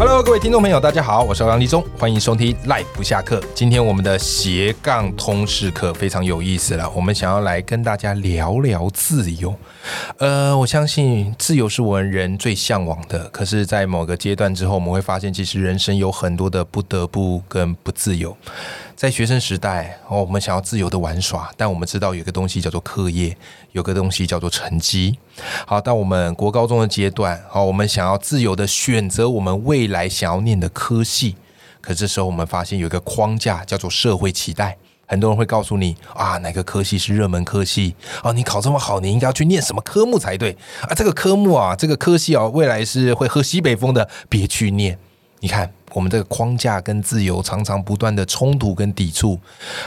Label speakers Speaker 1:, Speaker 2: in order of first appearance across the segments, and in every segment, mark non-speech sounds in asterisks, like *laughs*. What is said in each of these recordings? Speaker 1: Hello，各位听众朋友，大家好，我是欧阳立中，欢迎收听 Life 不下课。今天我们的斜杠通识课非常有意思了，我们想要来跟大家聊聊自由。呃，我相信自由是我们人最向往的。可是，在某个阶段之后，我们会发现，其实人生有很多的不得不跟不自由。在学生时代，哦，我们想要自由的玩耍，但我们知道有一个东西叫做课业，有个东西叫做成绩。好，到我们国高中的阶段，好，我们想要自由的选择我们未来想要念的科系。可这时候我们发现有一个框架叫做社会期待，很多人会告诉你啊，哪个科系是热门科系啊，你考这么好，你应该要去念什么科目才对啊，这个科目啊，这个科系啊，未来是会喝西北风的，别去念。你看，我们这个框架跟自由常常不断的冲突跟抵触。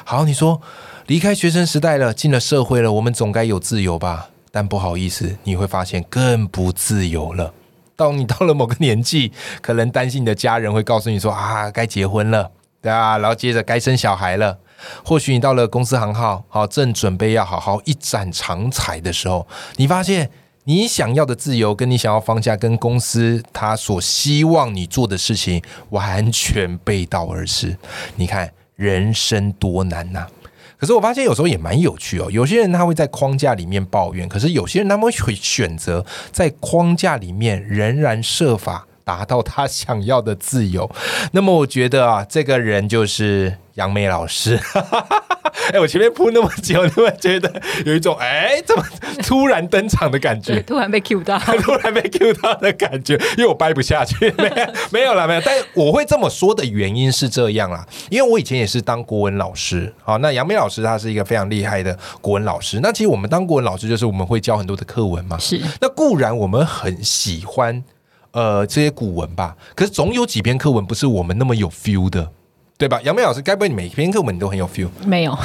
Speaker 1: 好，你说离开学生时代了，进了社会了，我们总该有自由吧？但不好意思，你会发现更不自由了。到你到了某个年纪，可能担心你的家人会告诉你说啊，该结婚了，对啊，然后接着该生小孩了。或许你到了公司行号，好，正准备要好好一展长才的时候，你发现你想要的自由跟你想要放下，跟公司他所希望你做的事情完全背道而驰。你看人生多难呐、可是我发现有时候也蛮有趣哦，有些人他会在框架里面抱怨，可是有些人他们会选择在框架里面仍然设法达到他想要的自由。那么我觉得啊，这个人就是杨梅老师。 *laughs* 哎、我前面铺那么久，你会觉得有一种哎、怎么突然登场的感觉
Speaker 2: 对，？突然被 Q 到，
Speaker 1: 突然被 Q 到的感觉，因为我掰不下去， *laughs* 没有没有啦，没有。但我会这么说的原因是这样啦，因为我以前也是当国文老师，好，那杨梅老师他是一个非常厉害的国文老师。那其实我们当国文老师就是我们会教很多的课文嘛，
Speaker 2: *laughs* 是
Speaker 1: 那固然我们很喜欢呃这些古文吧，可是总有几篇课文不是我们那么有 feel 的。对吧？杨梅老师，该不会你每篇课文你都很有 feel？
Speaker 2: 没 *laughs* 有，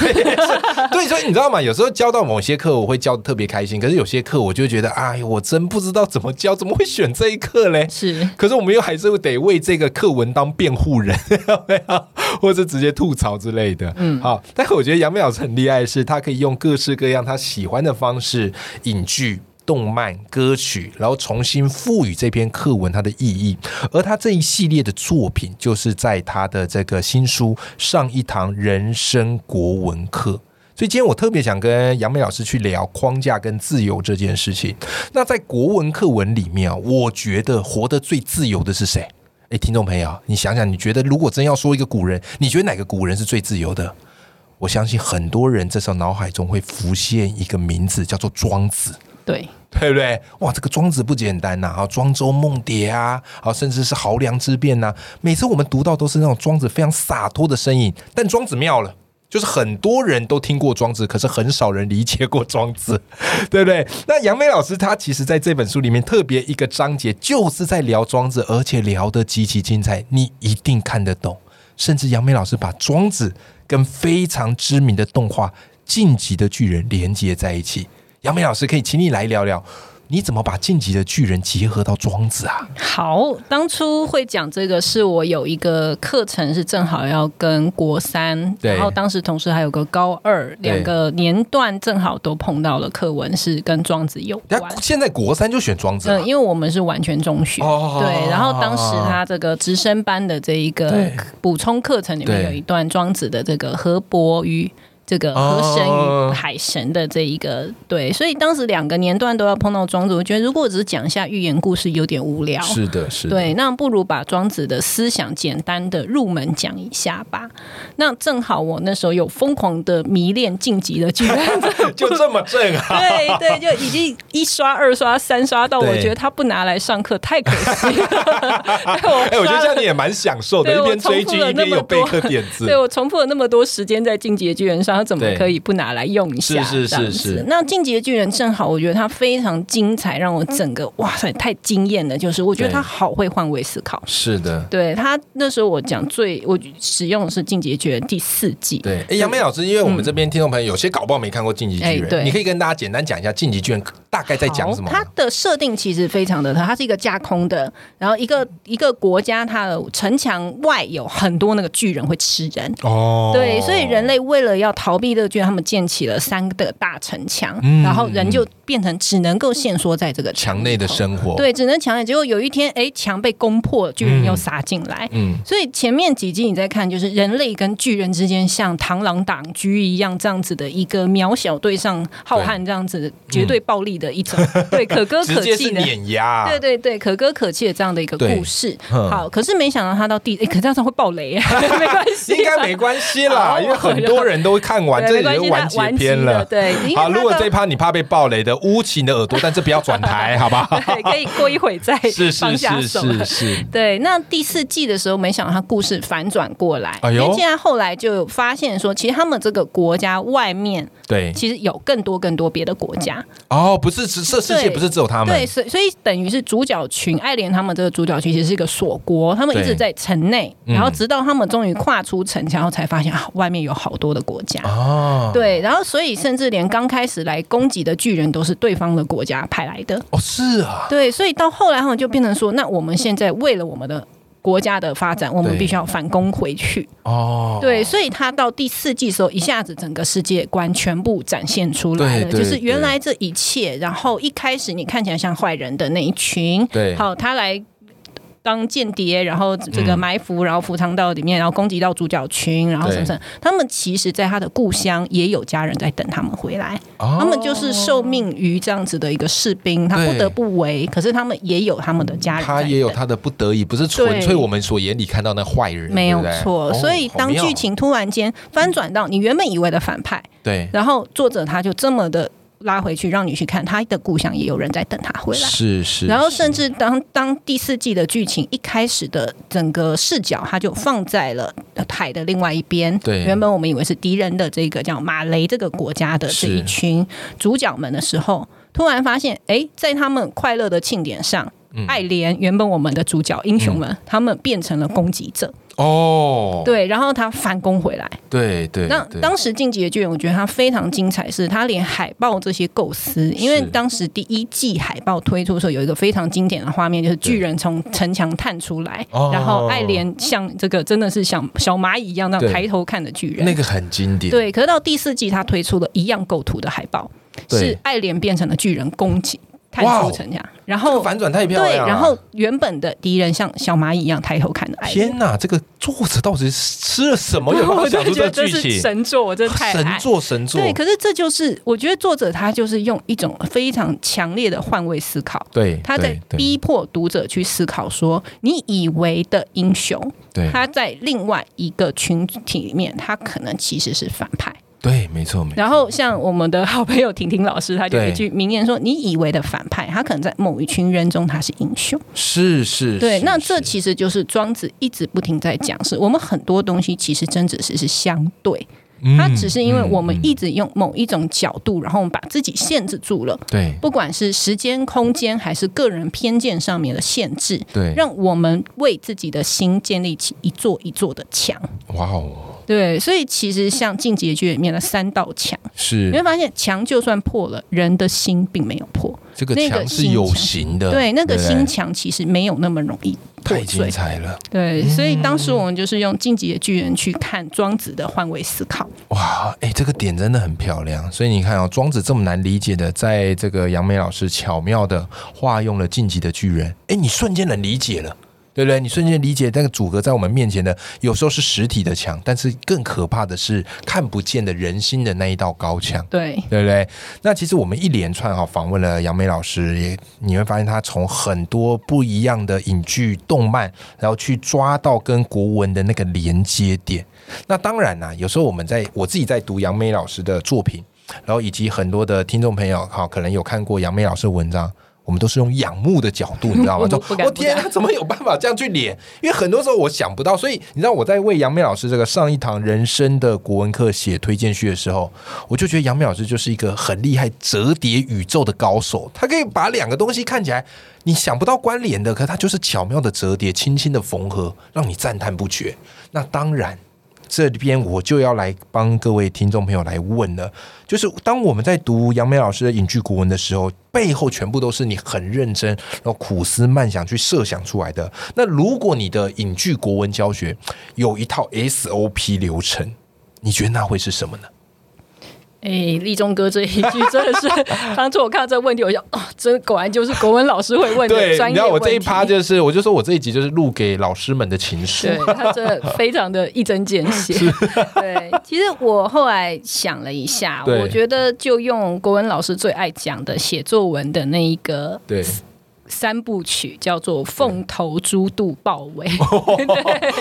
Speaker 1: 对，所以你知道吗？有时候教到某些课，我会教的特别开心，可是有些课我就会觉得，哎，我真不知道怎么教，怎么会选这一课嘞？ *laughs*
Speaker 2: 是
Speaker 1: 可是我们又还是得为这个课文当辩护人， *laughs* 有没有或是直接吐槽之类的。嗯，好。但我觉得杨梅老师很厉害的是，他可以用各式各样他喜欢的方式，影剧。动漫、歌曲，然后重新赋予这篇课文它的意义，而他这一系列的作品，就是在他的这个新书《上一堂人生国文课》。所以今天我特别想跟杨梅老师去聊框架跟自由这件事情。那在国文课文里面啊，我觉得活得最自由的是谁？诶，听众朋友，你想想，你觉得如果真要说一个古人，你觉得哪个古人是最自由的？我相信很多人这时候脑海中会浮现一个名字，叫做庄子。
Speaker 2: 对，
Speaker 1: 对不对？哇，这个庄子不简单呐、啊，庄周梦蝶啊，好，甚至是濠梁之变呐、每次我们读到都是那种庄子非常洒脱的身影，但庄子妙了。就是很多人都听过庄子，可是很少人理解过庄子， *laughs* 对不对？那杨梅老师他其实在这本书里面特别一个章节就是在聊庄子，而且聊得极其精彩，你一定看得懂。甚至杨梅老师把庄子跟非常知名的动画《晋级的巨人》连接在一起。杨梅老师，可以请你来聊聊，你怎么把《晋级的巨人》结合到庄子啊？
Speaker 2: 好，当初会讲这个，是我有一个课程是正好要跟国三，
Speaker 1: 对
Speaker 2: 然后当时同时还有个高二，
Speaker 1: 对
Speaker 2: 两个年段正好都碰到了课文是跟庄子有
Speaker 1: 那
Speaker 2: 关。
Speaker 1: 现在国三就选庄子
Speaker 2: 嗯，
Speaker 1: 了，
Speaker 2: 因为我们是完全中学，
Speaker 1: 哦
Speaker 2: 对。然后当时他这个直升班的这一个
Speaker 1: 对
Speaker 2: 补充课程里面
Speaker 1: 对
Speaker 2: 有一段庄子的这个河伯与这个
Speaker 1: 哦
Speaker 2: 河神与海神的这一个、对，所以当时两个年段都要碰到庄子，我觉得如果只是讲一下寓言故事有点无聊，
Speaker 1: 是的，是的，
Speaker 2: 对，那不如把庄子的思想简单的入门讲一下吧。那正好我那时候有疯狂的迷恋晋级的巨人，
Speaker 1: *laughs* 就这么正啊！
Speaker 2: *laughs* 对对，就已经一刷、二刷、三刷到，我
Speaker 1: 对
Speaker 2: 觉得他不拿来上课太可惜了。
Speaker 1: *laughs* 哎、
Speaker 2: 哎
Speaker 1: 我觉得这样你也蛮享受的，
Speaker 2: 对
Speaker 1: 一
Speaker 2: 我
Speaker 1: 边追剧
Speaker 2: 重复了
Speaker 1: 一边
Speaker 2: 那么
Speaker 1: 有备
Speaker 2: 多
Speaker 1: 课点子
Speaker 2: 对。我重复了那么多时间在《进击的巨人》上，它怎么
Speaker 1: 对
Speaker 2: 可以不拿来用一下？
Speaker 1: 是是是
Speaker 2: 这样
Speaker 1: 是
Speaker 2: 子那《进击的巨人》正好，我觉得它非常精彩，让我整个哇塞太惊艳了。就是我觉得
Speaker 1: 对
Speaker 2: 他好会换位思考。
Speaker 1: 是的，
Speaker 2: 对他那时候我讲最我使用的是《进击的巨人》第四季。
Speaker 1: 对。哎，杨梅老师，因为我们这边听众朋友有些搞不好没看过《晋级巨
Speaker 2: 哎
Speaker 1: 人》，
Speaker 2: 对
Speaker 1: 你可以跟大家简单讲一下《晋级巨人》大概在讲什么吗？
Speaker 2: 好它的设定其实非常的特，它是一个架空的，然后一个一个国家，它的城墙外有很多那个巨人会吃人。
Speaker 1: 哦
Speaker 2: 对，所以人类为了要逃避这个巨人，他们建起了三个大城墙，
Speaker 1: 嗯
Speaker 2: 然后人就变成只能够限缩在这个
Speaker 1: 墙内的
Speaker 2: 里头
Speaker 1: 生活，，
Speaker 2: 对，只能墙内。结果有一天，哎，墙被攻破，巨人又杀进来。
Speaker 1: 嗯，
Speaker 2: 所以前面几集你在看，就是人类跟巨人之间像螳螂党居一样这样子的一个渺小对上浩瀚这样子绝对暴力的
Speaker 1: *laughs*
Speaker 2: 一种，对可歌
Speaker 1: 直
Speaker 2: 可
Speaker 1: 接是
Speaker 2: 泣的。
Speaker 1: 碾压，
Speaker 2: 对对对，可歌可泣的这样的一个
Speaker 1: 对
Speaker 2: 故事。
Speaker 1: 嗯
Speaker 2: 好，可是没想到他到第，诶可是这样会爆雷，啊
Speaker 1: *laughs*
Speaker 2: 没关系，
Speaker 1: 应该没关系啦，
Speaker 2: *laughs* 好
Speaker 1: 因为很多人都看完，
Speaker 2: 对
Speaker 1: 这
Speaker 2: 没
Speaker 1: 里
Speaker 2: 关
Speaker 1: 就完
Speaker 2: 系它
Speaker 1: 结
Speaker 2: 完
Speaker 1: 篇
Speaker 2: 结
Speaker 1: 了
Speaker 2: 了。对因为
Speaker 1: 好，
Speaker 2: 它
Speaker 1: 如果
Speaker 2: 的
Speaker 1: 这一趴你怕被暴雷的，捂起你的耳朵，但是不要转台，好
Speaker 2: *laughs*
Speaker 1: 吧？
Speaker 2: 对，可以过一会再
Speaker 1: *laughs* 是是
Speaker 2: 放下
Speaker 1: 是
Speaker 2: 手。
Speaker 1: 是是，
Speaker 2: 对，那第四季的时候，没想到他故事反转过来，
Speaker 1: 哎
Speaker 2: 因
Speaker 1: 呦
Speaker 2: 为竟然后来就有发现说，其实他们这个国家外面
Speaker 1: 对
Speaker 2: 其实有更多更多别的国家，
Speaker 1: 哦，不是只这世界
Speaker 2: 对
Speaker 1: 不是只有他
Speaker 2: 对，
Speaker 1: 们，
Speaker 2: 所以所以等于是主角群，爱莲他们这个主角群其实是一个锁国，他们一
Speaker 1: 对
Speaker 2: 直在城内，
Speaker 1: 嗯
Speaker 2: 然后直到他们终于跨出城墙，然后才发现啊，外面有好多的国家。
Speaker 1: 哦，
Speaker 2: 对，然后所以甚至连刚开始来攻击的巨人都是对方的国家派来的，
Speaker 1: 哦是啊，
Speaker 2: 对，所以到后来他们就变成说，那我们现在为了我们的国家的发展，我们
Speaker 1: 对
Speaker 2: 必须要反攻回去。
Speaker 1: 哦，
Speaker 2: 对，所以他到第四季的时候，一下子整个世界观全部展现出来
Speaker 1: 对
Speaker 2: 了，
Speaker 1: 对
Speaker 2: 就是原来这一切，然后一开始你看起来像坏人的那一群，
Speaker 1: 对
Speaker 2: 好，他来。当间谍，然后这个
Speaker 1: 嗯
Speaker 2: 埋伏，然后伏藏到里面，然后攻击到主角群，然后什么什么，他们其实在他的故乡也有家人在等他们回来，
Speaker 1: 哦
Speaker 2: 他们就是受命于这样子的一个士兵，他
Speaker 1: 对
Speaker 2: 不得不为，可是他们也有他们的家人在等，
Speaker 1: 他也有他的不得已，不是纯
Speaker 2: 对
Speaker 1: 粹我们所眼里看到那坏人，
Speaker 2: 没有
Speaker 1: 对不对
Speaker 2: 错。
Speaker 1: 哦
Speaker 2: 所以
Speaker 1: 好
Speaker 2: 当
Speaker 1: 妙
Speaker 2: 剧情突然间翻转到你原本以为的反派，
Speaker 1: 对
Speaker 2: 然后作者他就这么的拉回去，让你去看他的故乡也有人在等他回来。
Speaker 1: 是是，
Speaker 2: 然后
Speaker 1: 是
Speaker 2: 甚至当当第四季的剧情一开始的整个视角，它就放在了海的另外一边。
Speaker 1: 对
Speaker 2: 原本我们以为是敌人的这个叫马雷这个国家的这
Speaker 1: 是
Speaker 2: 一群主角们的时候，突然发现，哎，在他们快乐的庆典上，
Speaker 1: 嗯
Speaker 2: 爱莲原本我们的主角英雄们，他们变成了攻击者，
Speaker 1: 哦，
Speaker 2: 对，然后他反攻回来。
Speaker 1: 对对，
Speaker 2: 那
Speaker 1: 对
Speaker 2: 当时《进击的巨人》，我觉得它非常精彩，是它连海报这些构思，因为
Speaker 1: 是
Speaker 2: 当时第一季海报推出的时候，有一个非常经典的画面，就是巨人从城墙探出来
Speaker 1: 哦，
Speaker 2: 然后爱莲像这个真的是像小蚂蚁一样那
Speaker 1: 对
Speaker 2: 样抬头看着巨
Speaker 1: 那
Speaker 2: 人。
Speaker 1: 个很经典，
Speaker 2: 对，可是到第四季，它推出了一样构图的海报，
Speaker 1: 对
Speaker 2: 是爱莲变成了巨人攻击探
Speaker 1: 哇哦
Speaker 2: 出城墙，然
Speaker 1: 这个
Speaker 2: 后
Speaker 1: 反转太漂
Speaker 2: 对，
Speaker 1: 亮啊了，
Speaker 2: 然后原本的敌人像小蚂蚁一样抬头看着爱莲。
Speaker 1: 天哪，这个作者到底是吃了什么，有办法
Speaker 2: *laughs* 我
Speaker 1: 想
Speaker 2: 就
Speaker 1: 出
Speaker 2: 觉
Speaker 1: 这
Speaker 2: 得
Speaker 1: 个
Speaker 2: 这
Speaker 1: 剧
Speaker 2: 是
Speaker 1: 情？
Speaker 2: 神作，我真的太爱
Speaker 1: 神。作神作，
Speaker 2: 对，可是这就是我觉得作者他就是用一种非常强烈的换位思考，
Speaker 1: 对，
Speaker 2: 他在
Speaker 1: 对
Speaker 2: 逼迫读者去思考说，你以为的英雄，
Speaker 1: 对
Speaker 2: 他在另外一个群体里面，他可能其实是反派。
Speaker 1: 对，没错没错，
Speaker 2: 然后像我们的好朋友婷婷老师，他就有
Speaker 1: 对
Speaker 2: 一句名言说：“你以为的反派，他可能在某一群人中他是英雄。”
Speaker 1: 是是，
Speaker 2: 对，
Speaker 1: 是
Speaker 2: 那这
Speaker 1: 是
Speaker 2: 其实就是庄子一直不停在讲，是我们很多东西其实真只是是相对，它只是因为我
Speaker 1: 嗯
Speaker 2: 们
Speaker 1: 嗯嗯
Speaker 2: 一直用某一种角度，然后我们把自己限制住了，
Speaker 1: 对
Speaker 2: 不管是时间、空间还是个人偏见上面的限制，
Speaker 1: 对，
Speaker 2: 让我们为自己的心建立起一座一座的墙。
Speaker 1: 哇哦，
Speaker 2: 对，所以其实像《进击的巨人》里面的三道墙，你
Speaker 1: 是
Speaker 2: 会发现墙就算破了，人的心并没有破。
Speaker 1: 这个
Speaker 2: 那个
Speaker 1: 墙是
Speaker 2: 心
Speaker 1: 有
Speaker 2: 墙
Speaker 1: 形的，
Speaker 2: 对，那个
Speaker 1: 不
Speaker 2: 心墙其实没有那么容易破
Speaker 1: 太精
Speaker 2: 碎。
Speaker 1: 彩了，
Speaker 2: 对，所以当时我们就是用《进击的巨人》去看庄子的换位思考。
Speaker 1: 哇，哎，这个点真的很漂亮，所以你看哦，庄子这么难理解的，在这个杨梅老师巧妙的化用了晋级的巨人，哎，你瞬间能理解了。对不对？你瞬间理解那个阻隔在我们面前的，有时候是实体的墙，但是更可怕的是看不见的人心的那一道高墙。
Speaker 2: 对，
Speaker 1: 对不对？那其实我们一连串哈、访问了杨梅老师，也你会发现他从很多不一样的影剧、动漫，然后去抓到跟国文的那个连接点。那当然啦、有时候我们在我自己在读杨梅老师的作品，然后以及很多的听众朋友哈、可能有看过杨梅老师的文章。我们都是用仰慕的角度，你知道吗？
Speaker 2: 我
Speaker 1: 就
Speaker 2: *laughs* 不敢
Speaker 1: 我天啊，怎么有办法这样去连？因为很多时候我想不到，所以你知道我在为杨梅老师这个上一堂人生的国文课写推荐序的时候，我就觉得杨梅老师就是一个很厉害折叠宇宙的高手，他可以把两个东西看起来你想不到关联的，可他就是巧妙的折叠，轻轻的缝合，让你赞叹不绝。那当然。这边我就要来帮各位听众朋友来问了，就是当我们在读杨梅老师的影剧古文的时候，背后全部都是你很认真，然后苦思慢想去设想出来的。那如果你的影剧国文教学有一套 SOP 流程，你觉得那会是什么呢？
Speaker 2: 哎，立中哥这一句真的是，当初我看到这个问题，我就哦，真果然就是国文老师会问的专
Speaker 1: 你知
Speaker 2: 业
Speaker 1: 道
Speaker 2: 问题。
Speaker 1: 我这一趴就是，我就说我这一集就是录给老师们的情书。
Speaker 2: 对他真的非常的一针见血。 *laughs* 对，其实我后来想了一下，
Speaker 1: 对
Speaker 2: 我觉得就用国文老师最爱讲的写作文的那一个
Speaker 1: 对， *laughs*
Speaker 2: 三部曲，叫做《凤头猪肚豹尾》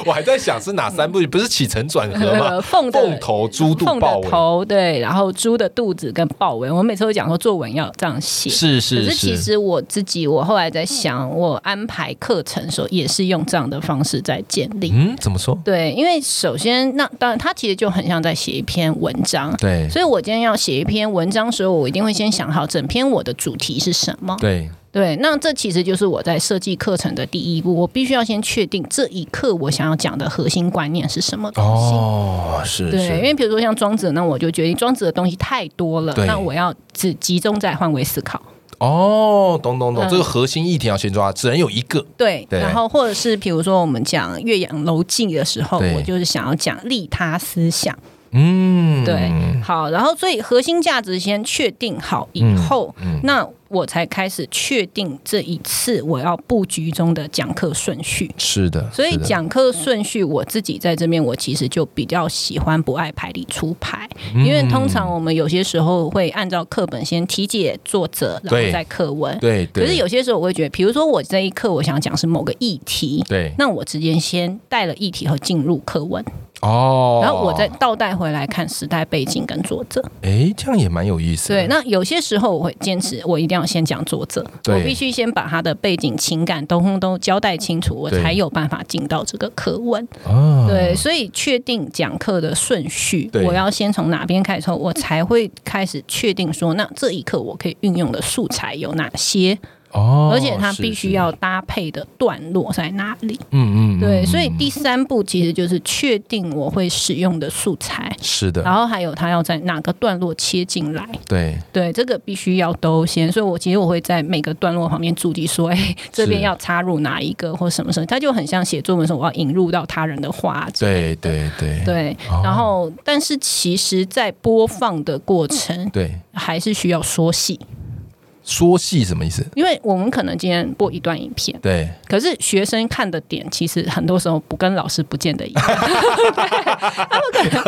Speaker 1: 我还在想是哪三部，不是起承转合吗？
Speaker 2: 呃凤的
Speaker 1: 凤头、猪肚、
Speaker 2: 凤
Speaker 1: 豹
Speaker 2: 的
Speaker 1: 尾，
Speaker 2: 头，对，然后猪的肚子跟豹尾。我每次都讲说作文要这样写。
Speaker 1: 是
Speaker 2: 可
Speaker 1: 是
Speaker 2: 是其实我自己，我后来在想，我安排课程的时候也是用这样的方式在建立。
Speaker 1: 嗯，怎么说？
Speaker 2: 对，因为首先，那当然，它其实就很像在写一篇文章。
Speaker 1: 对
Speaker 2: 所以我今天要写一篇文章的时候，我一定会先想好整篇我的主题是什么。
Speaker 1: 对，
Speaker 2: 对，那这其实就是我在设计课程的第一步，我必须要先确定这一课我想要讲的核心观念是什么东西。
Speaker 1: 哦，是
Speaker 2: 对，因
Speaker 1: 是，
Speaker 2: 为比如说像庄子，那我就决定庄子的东西太多了
Speaker 1: 对，
Speaker 2: 那我要只集中在换位思考。
Speaker 1: 哦，懂懂懂，
Speaker 2: 嗯
Speaker 1: 这个核心议题要先抓，只能有一个，
Speaker 2: 对，
Speaker 1: 对
Speaker 2: 然后或者是比如说我们讲《岳阳楼记》的时候，
Speaker 1: 对
Speaker 2: 我就是想要讲利他思想。
Speaker 1: 嗯，
Speaker 2: 对，好，然后所以核心价值先确定好以后，
Speaker 1: 嗯
Speaker 2: 那我才开始确定这一次我要布局中的讲课顺序。
Speaker 1: 是的，
Speaker 2: 所以
Speaker 1: 是的，
Speaker 2: 讲课顺序，我自己在这边，我其实就比较喜欢不爱牌理出牌，
Speaker 1: 嗯
Speaker 2: 因为通常我们有些时候会按照课本先题解作者，然
Speaker 1: 对
Speaker 2: 后再课文。
Speaker 1: 对对，
Speaker 2: 可是有些时候我会觉得，比如说我这一课我想讲是某个议题，
Speaker 1: 对
Speaker 2: 那我直接先带了议题和进入课文，
Speaker 1: 哦，
Speaker 2: 然后我再倒带回来看时代背景跟作者。
Speaker 1: 哎，这样也蛮有意思的，
Speaker 2: 对，那有些时候我会坚持，我一定要先讲作者，
Speaker 1: 对
Speaker 2: 我必须先把他的背景、情感都通都交代清楚，我
Speaker 1: 对
Speaker 2: 才有办法进到这个课文。
Speaker 1: 哦，
Speaker 2: 对，所以确定讲课的顺序
Speaker 1: 对，
Speaker 2: 我要先从哪边开始后，我才会开始确定说，那这一课我可以运用的素材有哪些，
Speaker 1: 哦，
Speaker 2: 而且它
Speaker 1: 是
Speaker 2: 必须，
Speaker 1: 是
Speaker 2: 要搭配的段落在哪里。
Speaker 1: 嗯嗯，
Speaker 2: 对，
Speaker 1: 嗯
Speaker 2: 所以第三步其实就是确定我会使用的素材。
Speaker 1: 是
Speaker 2: 然
Speaker 1: 的，
Speaker 2: 后还有它要在哪个段落切进来，
Speaker 1: 对，
Speaker 2: 对，这个必须要都先，所以我其实我会在每个段落旁边注记说，哎，这边
Speaker 1: 是
Speaker 2: 要插入哪一个或什么什么，它就很像写作文的时候，我要引入到他人的话之
Speaker 1: 对对对哦
Speaker 2: 对，然后但是其实，在播放的过程
Speaker 1: 对，
Speaker 2: 还是需要缩细，
Speaker 1: 说戏什么意思？
Speaker 2: 因为我们可能今天播一段影片， *laughs*
Speaker 1: 对，
Speaker 2: 可是学生看的点其实很多时候不跟老师不见得一样，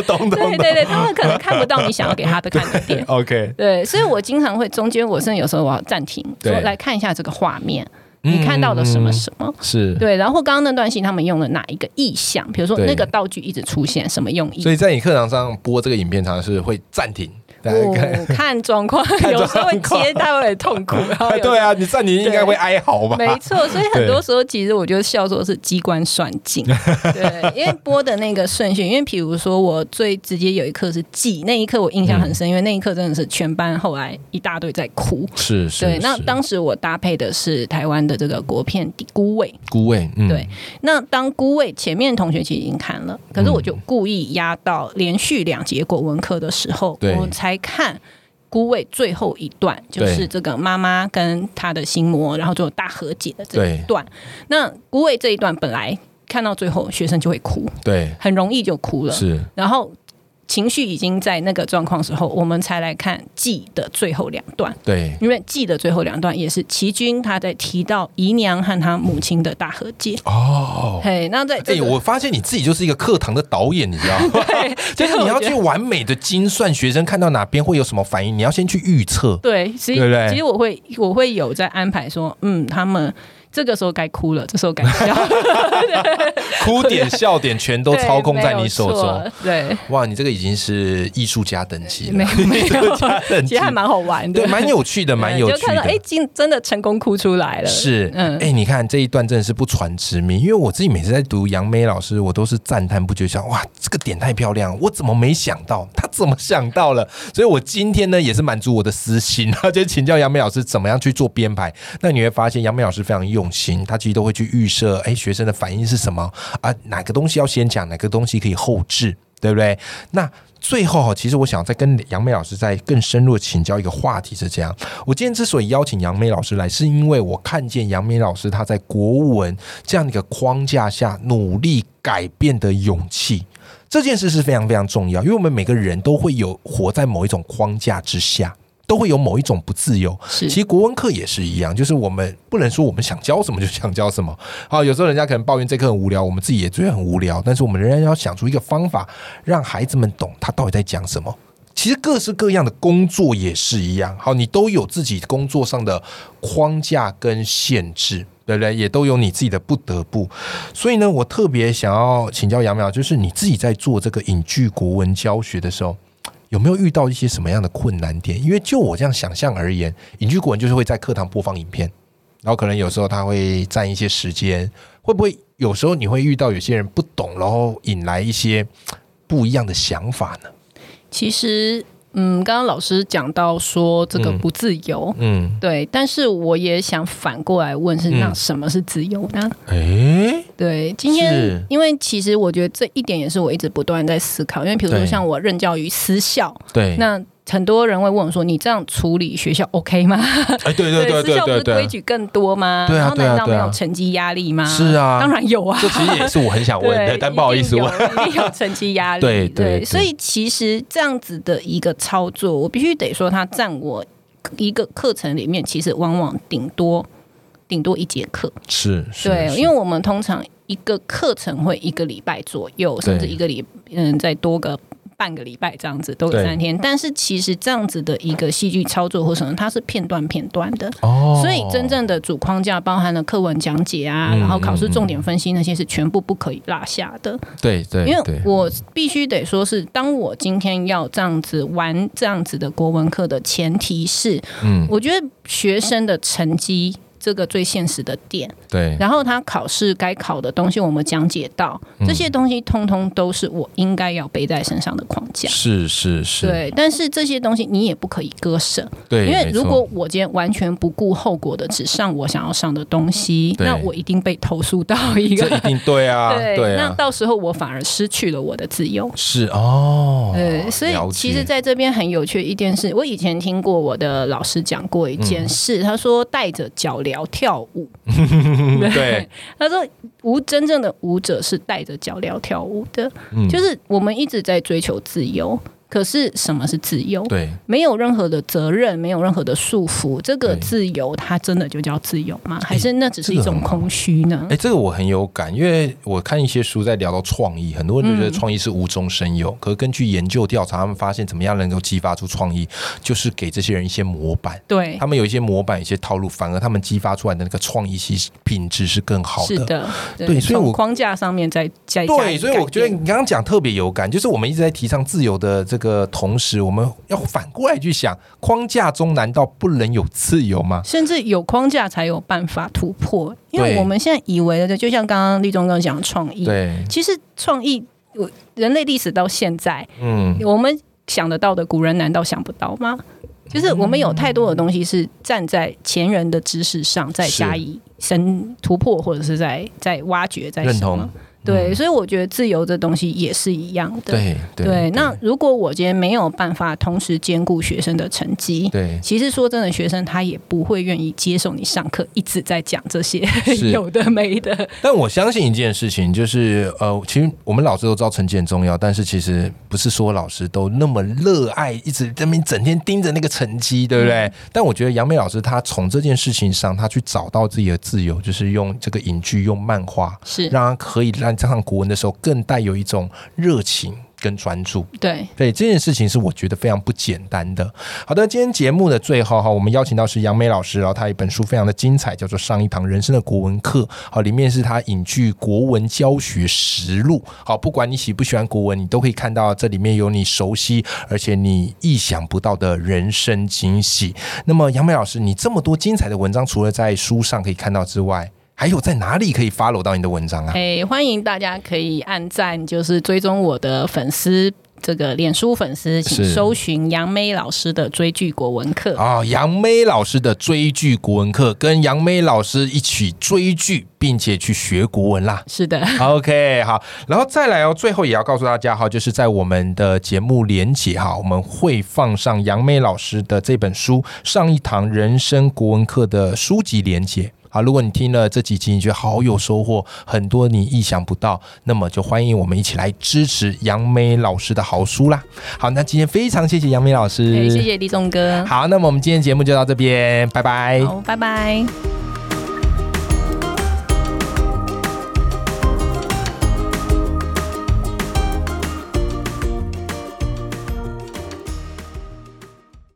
Speaker 1: 懂
Speaker 2: 对
Speaker 1: 懂
Speaker 2: 对对，他们可能看不到你想要给他的看的点。
Speaker 1: *laughs* ，OK，
Speaker 2: 对，所以我经常会中间，我甚至有时候我要暂停，说
Speaker 1: 对嗯
Speaker 2: 来看一下这个画面，你看到了什么什么？
Speaker 1: 是，
Speaker 2: 对，然后刚刚那段戏他们用了哪一个意象？比如说
Speaker 1: 对
Speaker 2: 那个道具一直出现，什么用意
Speaker 1: 所？以在你课堂上播这个影片，常常是会暂停，大家看。
Speaker 2: 我哦看状
Speaker 1: *laughs*
Speaker 2: 况，有时候会接到会痛苦，然 *laughs* 后有时候
Speaker 1: 对啊，你暂停应该会哀嚎吧？
Speaker 2: 哎没错，所以很多时候其实我觉得笑说是机关算
Speaker 1: *laughs*
Speaker 2: 尽，对，因为播的那个顺序，因为比如说我最直接有一刻是记，那一刻我印象很深，
Speaker 1: 嗯
Speaker 2: 因为那一刻真的是全班后来一大堆在哭。
Speaker 1: 是是，
Speaker 2: 对，那
Speaker 1: 是
Speaker 2: 当时我搭配的是台湾的这个国片《孤味》，
Speaker 1: 孤位，嗯，
Speaker 2: 对，那当《孤味》前面同学其实已经看了，可是我就故意压到连续两节国文课的时候，
Speaker 1: 对
Speaker 2: 我才看《孤味》最后一段，就
Speaker 1: 对
Speaker 2: 是这个妈妈跟她的心魔，然后就有大和解的这一
Speaker 1: 对
Speaker 2: 段。那《孤味》这一段本来看到最后，学生就会哭，
Speaker 1: 对
Speaker 2: 很容易就哭了。
Speaker 1: 是，
Speaker 2: 然后情绪已经在那个状况时候，我们才来看记的最后两段。
Speaker 1: 对
Speaker 2: 因为记的最后两段也是齐军他在提到姨娘和他母亲的大和解，
Speaker 1: 哦。
Speaker 2: 嘿，那在
Speaker 1: 哎、
Speaker 2: *laughs* 这个、
Speaker 1: 我发现你自己就是一个课堂的导演，你知
Speaker 2: *laughs*
Speaker 1: 道吗？ *laughs* 就是你要去完美的精算学生看到哪边会有什么反应，你要先去预
Speaker 2: *laughs*
Speaker 1: 测。
Speaker 2: 对，其实
Speaker 1: 对不对
Speaker 2: 其实我会我会有在安排说，嗯，他们这个时候该哭了，这时候该
Speaker 1: *laughs*
Speaker 2: 笑，
Speaker 1: 哭点、笑点全都
Speaker 2: 对
Speaker 1: 操控在你手。
Speaker 2: 没有
Speaker 1: 中。
Speaker 2: 错对
Speaker 1: *laughs* 哇，你这个已已经是艺术家等级了，
Speaker 2: 没有没
Speaker 1: 艺术
Speaker 2: 有
Speaker 1: 家，等级
Speaker 2: 其实还蛮好玩的，
Speaker 1: 对，蛮有趣的，蛮有
Speaker 2: 就
Speaker 1: 趣
Speaker 2: 看到
Speaker 1: 的。
Speaker 2: 哎，今真的成功哭出来了，
Speaker 1: 是，嗯，
Speaker 2: 嗯
Speaker 1: 哎、你看这一段真的是不传之谜，因为我自己每次在读杨梅老师，我都是赞叹不绝，想哇，这个点太漂亮了，我怎么没想到？他怎么想到了？所以我今天呢，也是满足我的私心， *laughs* 然后就请教杨梅老师怎么样去做编排。那你会发现杨梅老师非常用心，他其实都会去预设，哎、学生的反应是什么啊？哪个东西要先讲，哪个东西可以后置，对不对？那最后哈，其实我想再跟杨梅老师再更深入地请教一个话题是这样。我今天之所以邀请杨梅老师来，是因为我看见杨梅老师她在国文这样的一个框架下努力改变的勇气。这件事是非常非常重要，因为我们每个人都会有活在某一种框架之下，都会有某一种不自由。
Speaker 2: 是
Speaker 1: 其实国文课也是一样，就是我们不能说我们想教什么就想教什么。 *laughs* 好，有时候人家可能抱怨这课很无聊，我们自己也觉得很无聊，但是我们仍然要想出一个方法，让孩子们懂他到底在讲什么。其实各式各样的工作也是一样，好，你都有自己工作上的框架跟限制，对不对？也都有你自己的不得不。所以呢，我特别想要请教杨淼，就是你自己在做这个影剧国文教学的时候，有没有遇到一些什么样的困难点？因为就我这样想象而言，影剧国文就是会在课堂播放影片，然后可能有时候他会占一些时间，会不会有时候你会遇到有些人不懂，然后引来一些不一样的想法呢？
Speaker 2: 其实，嗯，刚刚老师讲到说这个
Speaker 1: 嗯
Speaker 2: 不自由，
Speaker 1: 嗯，
Speaker 2: 对，但是我也想反过来问是，
Speaker 1: 嗯
Speaker 2: 那什么是自由呢？
Speaker 1: 诶，
Speaker 2: 对，今天
Speaker 1: 是
Speaker 2: 因为其实我觉得这一点也是我一直不断在思考，因为比如说
Speaker 1: 对
Speaker 2: 像我任教于私校，
Speaker 1: 对，
Speaker 2: 那很多人会问我说，你这样处理学校 OK 吗？
Speaker 1: 哎，对对对
Speaker 2: *laughs* 私校不
Speaker 1: 对
Speaker 2: 是
Speaker 1: 对
Speaker 2: 规
Speaker 1: 对，
Speaker 2: 矩更多吗？
Speaker 1: 对啊
Speaker 2: 然后
Speaker 1: 对啊
Speaker 2: 难道没
Speaker 1: 对啊
Speaker 2: 有成绩压力吗？
Speaker 1: 是啊
Speaker 2: 当然有啊，
Speaker 1: 这其实也是我很想问的，
Speaker 2: *laughs* 对，
Speaker 1: 但不好意思
Speaker 2: 一定
Speaker 1: 问。
Speaker 2: 有一
Speaker 1: *laughs*
Speaker 2: 定有成绩压力。
Speaker 1: 对对对
Speaker 2: 所以其实这样子的一个操作，我必须得说，它占我一个课程里面，其实往往顶多顶多一节课。
Speaker 1: 是，是
Speaker 2: 对，
Speaker 1: 是
Speaker 2: 因为我们通常一个课程会一个礼拜左右，甚至
Speaker 1: 对
Speaker 2: 一个礼嗯再多个。半个礼拜这样子都有
Speaker 1: 对
Speaker 2: 三天，但是其实这样子的一个戏剧操作或什么，它是片段片段的，
Speaker 1: 哦，
Speaker 2: 所以真正的主框架包含了课文讲解啊，
Speaker 1: 嗯
Speaker 2: 然后考试重点分析那些是全部不可以落下的。
Speaker 1: 对对，
Speaker 2: 因为
Speaker 1: 对
Speaker 2: 我必须得说是，当我今天要这样子玩这样子的国文课的前提是，
Speaker 1: 嗯
Speaker 2: 我觉得学生的成绩。这个最现实的点，
Speaker 1: 对
Speaker 2: 然后他考试该考的东西，我们讲解到
Speaker 1: 嗯
Speaker 2: 这些东西，通通都是我应该要背在身上的框架。
Speaker 1: 是是是，
Speaker 2: 对，但是这些东西你也不可以割舍，
Speaker 1: 对，
Speaker 2: 因为
Speaker 1: 没
Speaker 2: 如
Speaker 1: 错
Speaker 2: 果我今天完全不顾后果的只上我想要上的东西，
Speaker 1: 对
Speaker 2: 那我一定被投诉到一个
Speaker 1: 这一定对
Speaker 2: *laughs*
Speaker 1: 啊，对
Speaker 2: 那
Speaker 1: 啊，
Speaker 2: 到时候我反而失去了我的自由。
Speaker 1: 是哦，
Speaker 2: 对，所以
Speaker 1: 了
Speaker 2: 其
Speaker 1: 解
Speaker 2: 实在这边很有趣的一件事，我以前听过我的老师讲过一件
Speaker 1: 嗯
Speaker 2: 事，他说带着脚镣跳舞， *laughs*
Speaker 1: 对，
Speaker 2: 他说舞真正的舞者是带着脚镣跳舞的，
Speaker 1: 嗯
Speaker 2: 就是我们一直在追求自由。可是什么是自由？
Speaker 1: 对
Speaker 2: 没有任何的责任，没有任何的束缚，这个
Speaker 1: 对
Speaker 2: 自由它真的就叫自由吗？还是那只是一
Speaker 1: 这个
Speaker 2: 种
Speaker 1: 很好
Speaker 2: 空虚呢
Speaker 1: 哎、？这个我很有感，因为我看一些书在聊到创意，很多人就觉得创意是无中生有。
Speaker 2: 嗯
Speaker 1: 可是根据研究调查，他们发现怎么样能够激发出创意，就是给这些人一些模板。
Speaker 2: 对
Speaker 1: 他，们有一些模板，一些套路，反而他们激发出来的那个创意系品质是更好
Speaker 2: 是的，
Speaker 1: 对所以
Speaker 2: 从
Speaker 1: 我
Speaker 2: 框架上面再再加
Speaker 1: 对，
Speaker 2: 以
Speaker 1: 所以
Speaker 2: 改
Speaker 1: 我觉得
Speaker 2: 变
Speaker 1: 你刚刚讲特别有感，就是我们一直在提倡自由的这个同时，我们要反过来去想，框架中难道不能有自由吗？
Speaker 2: 甚至有框架才有办法突破。因为
Speaker 1: 对
Speaker 2: 我们现在以为的，就像刚刚立中刚讲的创意，
Speaker 1: 对，
Speaker 2: 其实创意，我人类历史到现在，
Speaker 1: 嗯，
Speaker 2: 我们想得到的，古人难道想不到吗？就是我们有太多的东西是站在前人的知识上，再
Speaker 1: 是
Speaker 2: 加以深突破，或者是在在挖掘，在
Speaker 1: 认
Speaker 2: 什么
Speaker 1: 同。嗯
Speaker 2: 对，所以我觉得自由这东西也是一样的。
Speaker 1: 对对
Speaker 2: 对，那如果我今天没有办法同时兼顾学生的成绩，
Speaker 1: 对
Speaker 2: 其实说真的，学生他也不会愿意接受你上课一直在讲这些
Speaker 1: 是
Speaker 2: *laughs* 有的没的。
Speaker 1: 但我相信一件事情，就是呃，其实我们老师都知道成绩很重要，但是其实不是说老师都那么热爱，一直在那边整天盯着那个成绩，对不对？但我觉得杨梅老师她从这件事情上，她去找到自己的自由，就是用这个影剧，用漫画，
Speaker 2: 是
Speaker 1: 让他可以让上国文的时候更带有一种热情跟专注。
Speaker 2: 对，
Speaker 1: 对这件事情是我觉得非常不简单的。好的，今天节目的最后哈，我们邀请到是杨梅老师，然后他一本书非常的精彩，叫做《上一堂人生的国文课》。好，里面是他隐居国文教学实录。好，不管你喜不喜欢国文，你都可以看到这里面有你熟悉而且你意想不到的人生惊喜。那么杨梅老师，你这么多精彩的文章，除了在书上可以看到之外，还有在哪里可以 follow 到你的文章啊？
Speaker 2: 哎、欢迎大家可以按赞，就是追踪我的粉丝。这个脸书粉丝，请
Speaker 1: 是
Speaker 2: 搜寻杨梅老师的追剧国文课。
Speaker 1: *laughs* 啊、杨梅老师的追剧国文课，跟杨梅老师一起追剧，并且去学国文
Speaker 2: *laughs*
Speaker 1: 啦。
Speaker 2: 是的，
Speaker 1: OK，好，然后再来哦，最后也要告诉大家哈，就是在我们的节目连结哈，我们会放上杨梅老师的这本书《上一堂人生国文课》的书籍连结。好，如果你听了这几集，你觉得好有收获，很多你意想不到，那么就欢迎我们一起来支持杨梅老师的好书啦。好，那今天非常谢谢杨梅老师，
Speaker 2: 哎谢谢李总哥，
Speaker 1: 好，那么我们今天节目就到这边，拜拜。
Speaker 2: 好，拜拜。